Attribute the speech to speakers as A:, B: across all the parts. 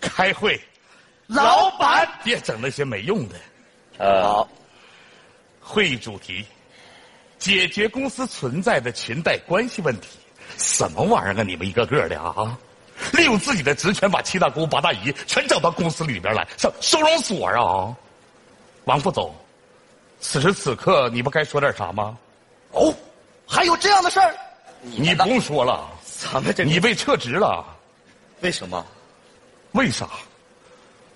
A: 开会，
B: 老
A: 板别整那些没用的。
C: 呃，
B: 好，
A: 会议主题：解决公司存在的裙带关系问题。什么玩意儿啊！你们一个个的啊，利用自己的职权把七大姑八大姨全整到公司里边来，上收容所啊！王副总，此时此刻你不该说点啥吗？
B: 哦，还有这样的事儿？
A: 你不用说了，
C: 咱们这
A: 你被撤职了。
C: 为什么？
A: 为啥？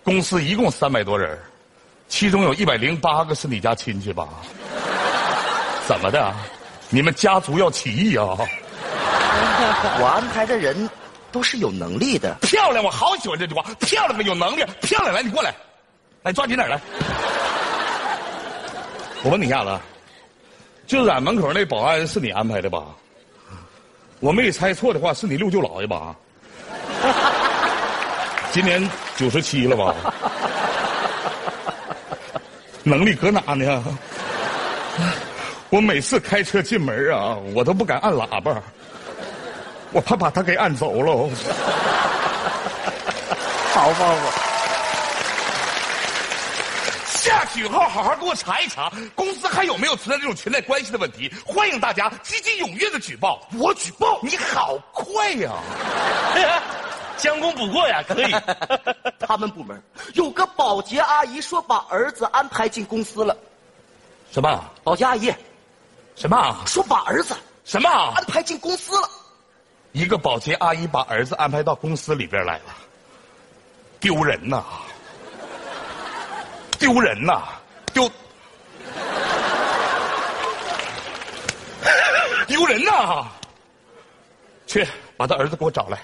A: 公司一共三百多人儿，其中有一百零八个是你家亲戚吧？怎么的？啊你们家族要起义啊？
B: 我安排的人都是有能力的。
A: 漂亮，我好喜欢这句话。漂亮的有能力，漂亮来，你过来，来抓紧点儿来。我问你一下子啊，就在门口那保安是你安排的吧？我没猜错的话，是你六舅姥爷吧？今年九十七了吧？能力搁哪呢？我每次开车进门啊，我都不敢按喇叭，我怕把他给按走喽。
B: 好包袱，
A: 下去以后好好给我查一查，公司还有没有存在这种裙带关系的问题？欢迎大家积极踊跃的举报。我 举报，你好快呀、
C: 将功补过呀，可以。
B: 他们部门有个保洁阿姨说把儿子安排进公司了。
A: 什么？
B: 保洁阿姨
A: 什么？
B: 说把儿子
A: 什么
B: 安排进公司了。
A: 一个保洁阿姨把儿子安排到公司里边来了，丢人呐！丢人呐！丢 丢人呐！去，把他儿子给我找来。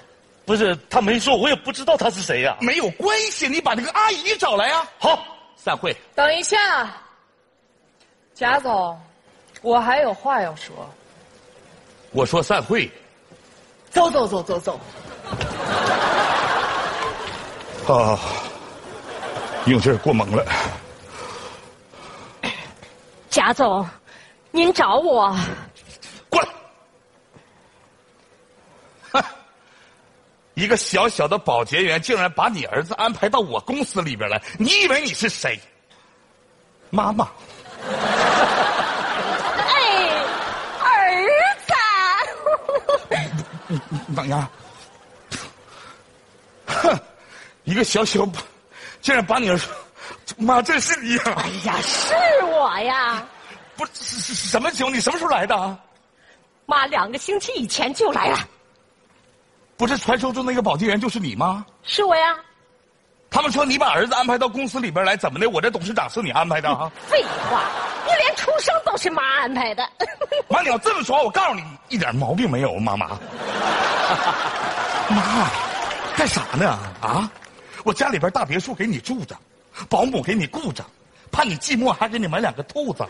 C: 不是他没说，我也不知道他是谁呀、
A: 没有关系，你把那个阿姨找来啊。好，散会。
D: 等一下，贾总，我还有话要说。
A: 我说散会。
D: 走走走走走，
A: 啊，用劲儿过猛了。
E: 贾总，您找我，
A: 过来。哼，一个小小的保洁员竟然把你儿子安排到我公司里边来，你以为你是谁？妈妈，
E: 哎，儿子，
A: 等一下。哼，一个小小保，竟然把你儿子，妈，这是你呀、
E: 哎呀，是我呀，
A: 不是是是什么情况？你什么时候来的啊？
E: 妈两个星期以前就来了，
A: 不是传说中那个保洁员就是你吗？
E: 是我呀，
A: 他们说你把儿子安排到公司里边来，怎么的？我这董事长是你安排的啊？
E: 废话，你连出生都是妈安排的，
A: 妈，你要这么说，我告诉你，一点毛病没有，妈妈。妈，干啥呢？啊，我家里边大别墅给你住着，保姆给你雇着，怕你寂寞还给你买两个兔子。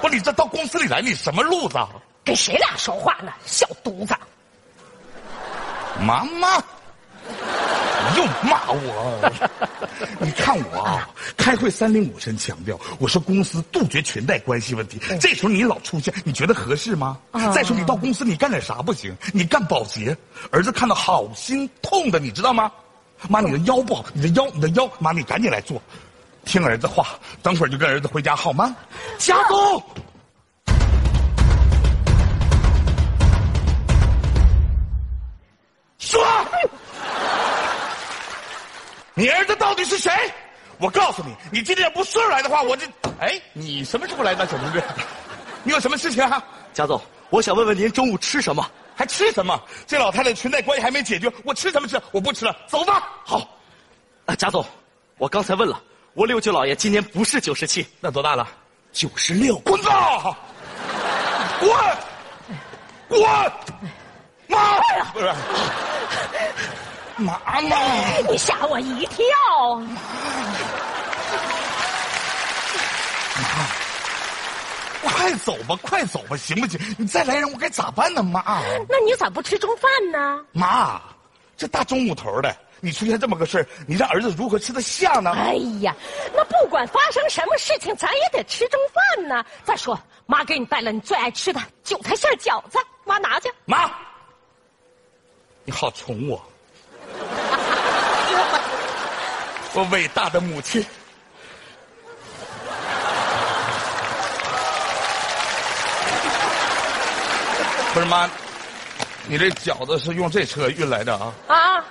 A: 不，你这到公司里来，你什么路子啊？
E: 跟谁俩说话呢，小犊子，
A: 妈妈，你又骂我！你看我啊，开会三令五申强调，我说公司杜绝裙带关系问题。这时候你老出现，你觉得合适吗？再说你到公司你干点啥不行？你干保洁，儿子看到好心痛的，你知道吗？妈，你的腰不好，你的腰，你的腰，妈，你赶紧来做，听儿子话，等会儿就跟儿子回家好吗？加工。说，你儿子到底是谁？我告诉你，你今天不说出来的话，我这……哎，你什么时候来的，小同志？你有什么事情啊？
B: 贾总，我想问问您中午吃什么？
A: 还吃什么？这老太太裙带关系还没解决，我吃什么吃？我不吃了，走吧。好，
B: 啊，贾总，我刚才问了，我六舅姥爷今年不是九十七，
A: 那多大了？
B: 九十六。
A: 滚吧！滚！滚！妈！
B: 哎
A: 不是，妈妈。
E: 哎你吓我一跳，
A: 快走吧，快走吧，行不行？你再来人，我该咋办呢？妈，
E: 那你咋不吃中饭呢？
A: 妈，这大中午头的，你出现这么个事儿，你让儿子如何吃得下呢？
E: 哎呀，那不管发生什么事情，咱也得吃中饭呢。再说，妈给你带了你最爱吃的韭菜馅儿饺子，妈拿去。
A: 妈，你好宠我， 我伟大的母亲。不是妈，你这饺子是用这车运来的啊？
E: 啊！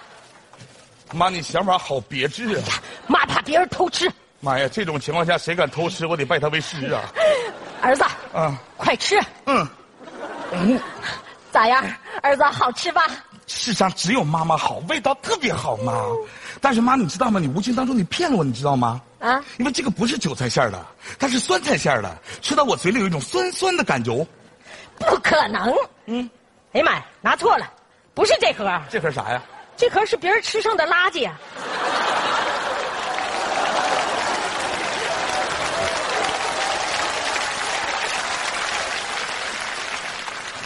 A: 妈，你想法好别致啊！
E: 妈怕别人偷吃，
A: 妈呀，这种情况下谁敢偷吃，我得拜他为师啊！
E: 儿子，
A: 啊，
E: 快吃！
A: 嗯，嗯，
E: 咋样，儿子好吃吧？
A: 世上只有妈妈好，味道特别好，妈。但是妈，你知道吗？你无形当中你骗了我，你知道吗？
E: 啊，
A: 因为这个不是韭菜馅儿的，它是酸菜馅儿的，吃到我嘴里有一种酸酸的感觉。
E: 不可能！嗯，哎呀妈呀，拿错了，不是这盒，
A: 这盒啥呀？
E: 这盒是别人吃剩的垃圾啊。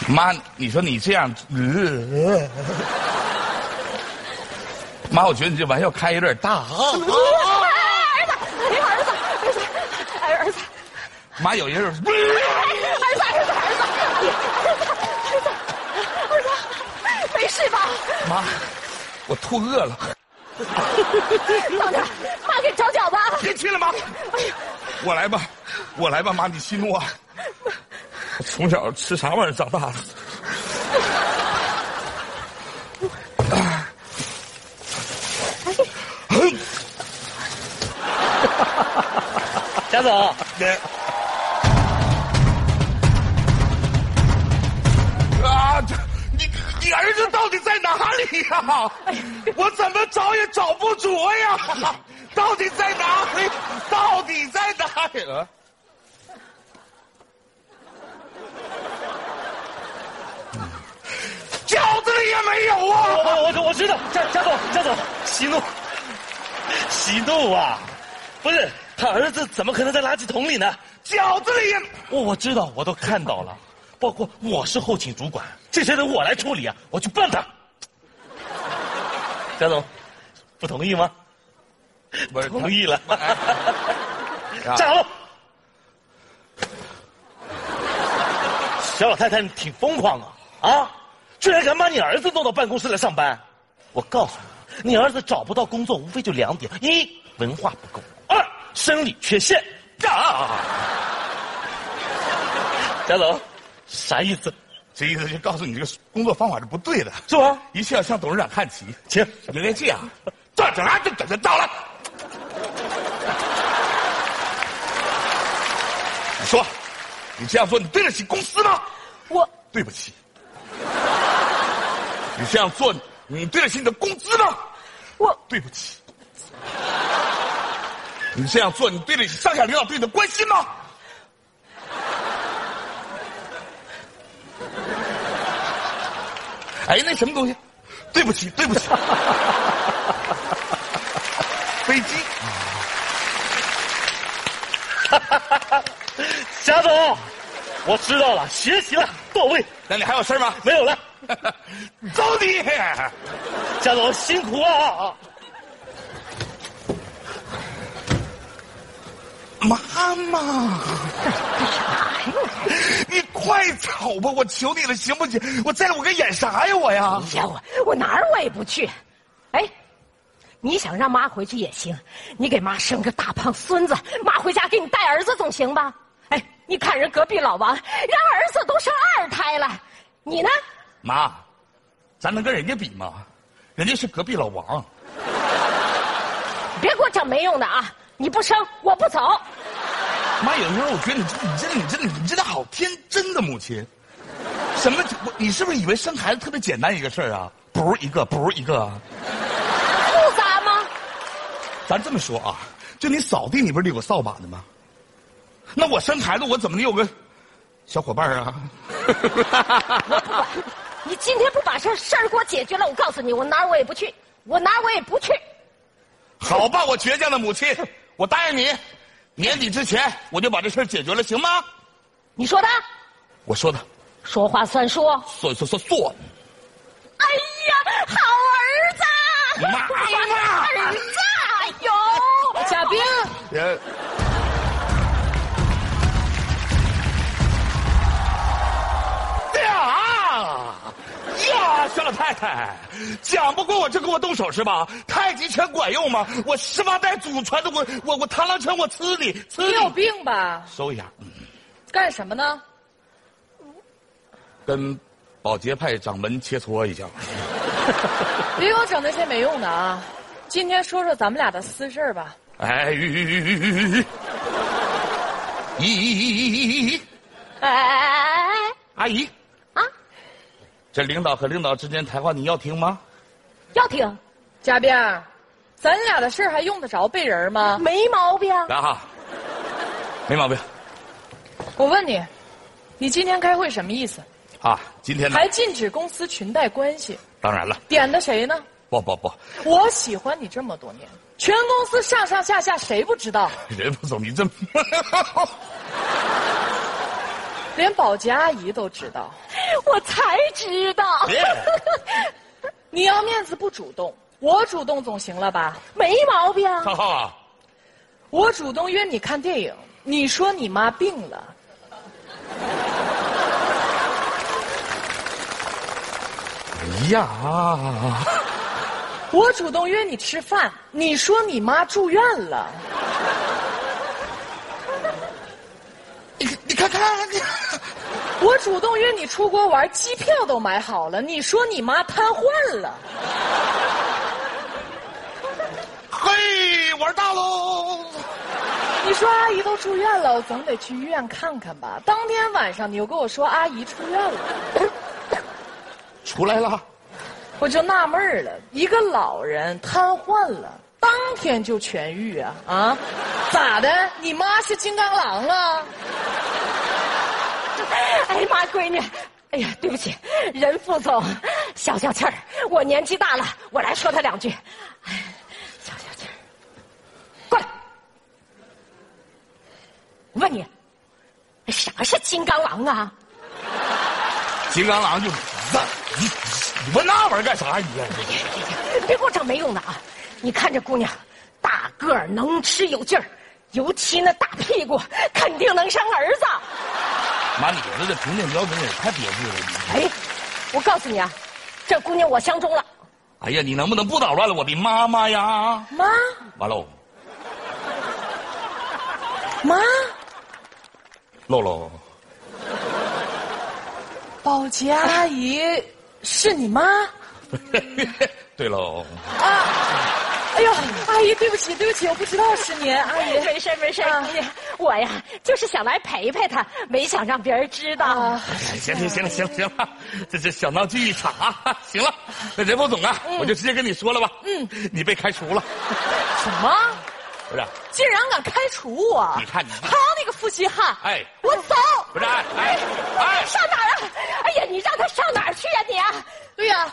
A: 妈，你说你这样，呃 妈，我觉得你这玩笑开有点大啊。
E: 哎儿子，哎呀儿子，儿子，哎儿子，
A: 妈，有人，
E: 哎儿子，儿子，儿子，你儿子，儿子，儿子，没事吧？
A: 妈，我吐饿了，
E: 等着，妈给你找饺子啊。
A: 别去了，妈，我来吧，我来吧，妈，你息怒啊。我从小吃啥玩意儿长大的？
C: 贾总，
A: 啊，这你你儿子到底在哪里呀、我怎么找也找不着呀？ 到底在哪里？到底在哪里？啊嗯饺子里也没有
C: 我
A: 啊！
C: 我我我知道，贾贾总贾总，息怒，息怒啊！不是他儿子怎么可能在垃圾桶里呢？哦
A: 饺子里也……
C: 我我知道，我都看到了，包括我是后勤主管，这些得我来处理啊，我去办他。贾总，不同意吗？
A: 不是
C: 同 意了，
A: 哎
C: 站好。小老太太，你挺疯狂啊！啊，居然敢把你儿子弄到办公室来上班！我告诉你，你儿子找不到工作，无非就两点：一，文化不够；二，生理缺陷。啊！贾总，啥意思？
A: 这意思就告诉你这个工作方法是不对的，
C: 是吧？
A: 一切要向董事长看齐。
C: 啊请。
A: 应该这样，到这啊，这这这到了。你说，你这样做，你对得起公司吗？
E: 我
A: 对不起。你这样做，你对得起你的工资吗？
E: 我
A: 对不起。你这样做，你对得起上下领导对你的关心吗？哎，那什么东西？对不起，对不起。飞机，
C: 贾总，我知道了，学习了，到位，
A: 那你还有事 儿吗？
C: 没有了。
A: 走你！
C: 贾总辛苦啊！
A: 妈妈，你快走吧，我求你了，行不行？我在这我该演啥哎呀，我呀？
E: 呀，我我哪儿我也不去。哎，你想让妈回去也行，你给妈生个大胖孙子，妈回家给你带儿子总行吧？哎，你看人隔壁老王，人儿子都生二胎了，你呢？
A: 妈，咱能跟人家比吗？人家是隔壁老王。
E: 别给我整没用的啊！你不生，我不走。
A: 妈，有时候我觉得你真的，你真的，你真的，你真的好天真的母亲。什么？我你是不是以为生孩子特别简单一个事儿啊？不是一个，不是一个啊。
E: 复杂吗？
A: 咱这么说啊，就你扫地，你不是有个扫把的吗？那我生孩子，我怎么得有个小伙伴儿啊？
E: 你今天不把事事儿给我解决了，我告诉你，我哪儿我也不去，我哪儿我也不去。
A: 好吧，我倔强的母亲，我答应你，年底之前我就把这事儿解决了，行吗？
E: 你说的，
A: 我说的，
E: 说话算数。哦
A: 说说说说，
E: 哎呀，好儿子！
A: 妈妈
E: 好儿子，哎呦，
D: 贾冰，
A: 呃，啊，呀，小老太太，讲不过我就跟我动手是吧？太极拳管用吗？我十八代祖传的，我我我螳螂拳我吃你吃
D: 你有
A: 你。
D: 病吧？
A: 收一下，嗯
D: 干什么呢？
A: 跟保洁派掌门切磋一下。
D: 别给我整那些没用的啊！今天说说咱们俩的私事儿吧。
A: 哎，咦咦咦咦！
E: 哎，
A: 阿姨，
E: 啊，
A: 这领导和领导之间谈话你要听吗？
E: 要听，
D: 嘉宾儿，咱俩的事儿还用得着背人儿吗？
E: 没毛病。
A: 来哈，没毛病
D: 我问你，你今天开会什么意思？
A: 啊。今天呢，
D: 还禁止公司裙带关系，
A: 当然了，
D: 点的谁呢？
A: 不不不，
D: 我喜欢你这么多年，全公司上上下下谁不知道？
A: 人不走，你 这
D: 连保洁阿姨都知道。
E: 我才知道，
A: 别
D: 你要面子不主动，我主动总行了吧？
E: 没毛病。
A: 浩浩啊，
D: 我主动约你看电影，你说你妈病了，
A: 哎呀，
D: 我主动约你吃饭，你说你妈住院了，
A: 你你看看你，
D: 我主动约你出国玩，机票都买好了，你说你妈瘫痪了，
A: 嘿，玩大喽！
D: 你说阿姨都住院了，我总得去医院看看吧。当天晚上你又跟我说阿姨出院了，
A: 出来了，
D: 我就纳闷儿了，一个老人瘫痪了，当天就痊愈啊啊，咋的？你妈是金刚狼啊了？
E: 哎呀妈，闺女，哎呀，对不起，人副总，消消气儿，我年纪大了，我来说他两句。哎，消消气儿，过来。我问你，啥是金刚狼啊？
A: 金刚狼就那，你你问那玩意儿干啥？哎你
E: 你 别给我整没用的啊！你看这姑娘，大个儿能吃有劲儿，尤其那大屁股，肯定能生儿子。
A: 妈，你这个评定标准也太别致了。你
E: 哎，我告诉你啊，这姑娘我相中了。
A: 哎呀，你能不能不捣乱了我的妈妈呀？
D: 妈
A: 完喽，
D: 妈，
A: 露露，
D: 保洁阿姨是你妈？
A: 对喽，
D: 哎呦，阿姨，对不起，对不起，我不知道是您，阿姨。
E: 哎没事没事，
D: 啊
E: 姑娘，我呀就是想来陪陪她，没想让别人知道。
D: 啊，
A: 行行行了行了行了，这这小闹剧一场啊！行了，那任副总啊，我就直接跟你说了吧。嗯，你被开除了，
D: 什么？
A: 不是？
D: 竟然敢开除我！
A: 你看你
D: 好你个负心汉！
A: 哎，
E: 我走，
A: 不是？哎哎哎，
E: 上哪儿啊？哎呀，你让她上哪儿去呀、你啊？
D: 对呀、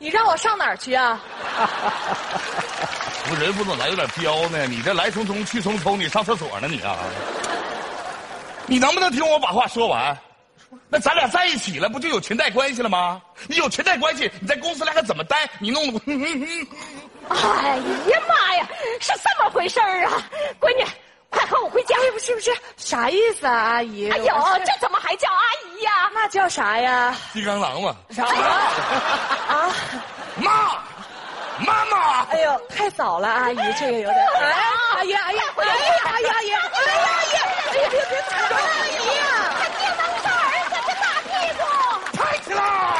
D: 你让我上哪儿去啊？
A: 我任副总咋有点彪呢？你这来匆匆去匆匆，你上厕所呢你啊？你能不能听我把话说完？那咱俩在一起了，不就有裙带关系了吗？你有裙带关系，你在公司里还怎么待？你弄得我
E: 哎呀妈呀，是这么回事儿啊！闺女，快和我回家。
D: 哎不是不是，啥意思啊，阿姨？
E: 哎呦
D: 我，
E: 这怎么还叫阿姨呀、
D: 那叫啥呀？
A: 金刚狼嘛？
D: 啥？
E: 哎
D: 啊！
A: 妈，妈妈，
D: 哎呦，太早了，阿姨，这个有点。哎，阿姨，阿姨，阿姨，阿姨，阿姨，哎呀，阿姨，哎呀，别别别打了！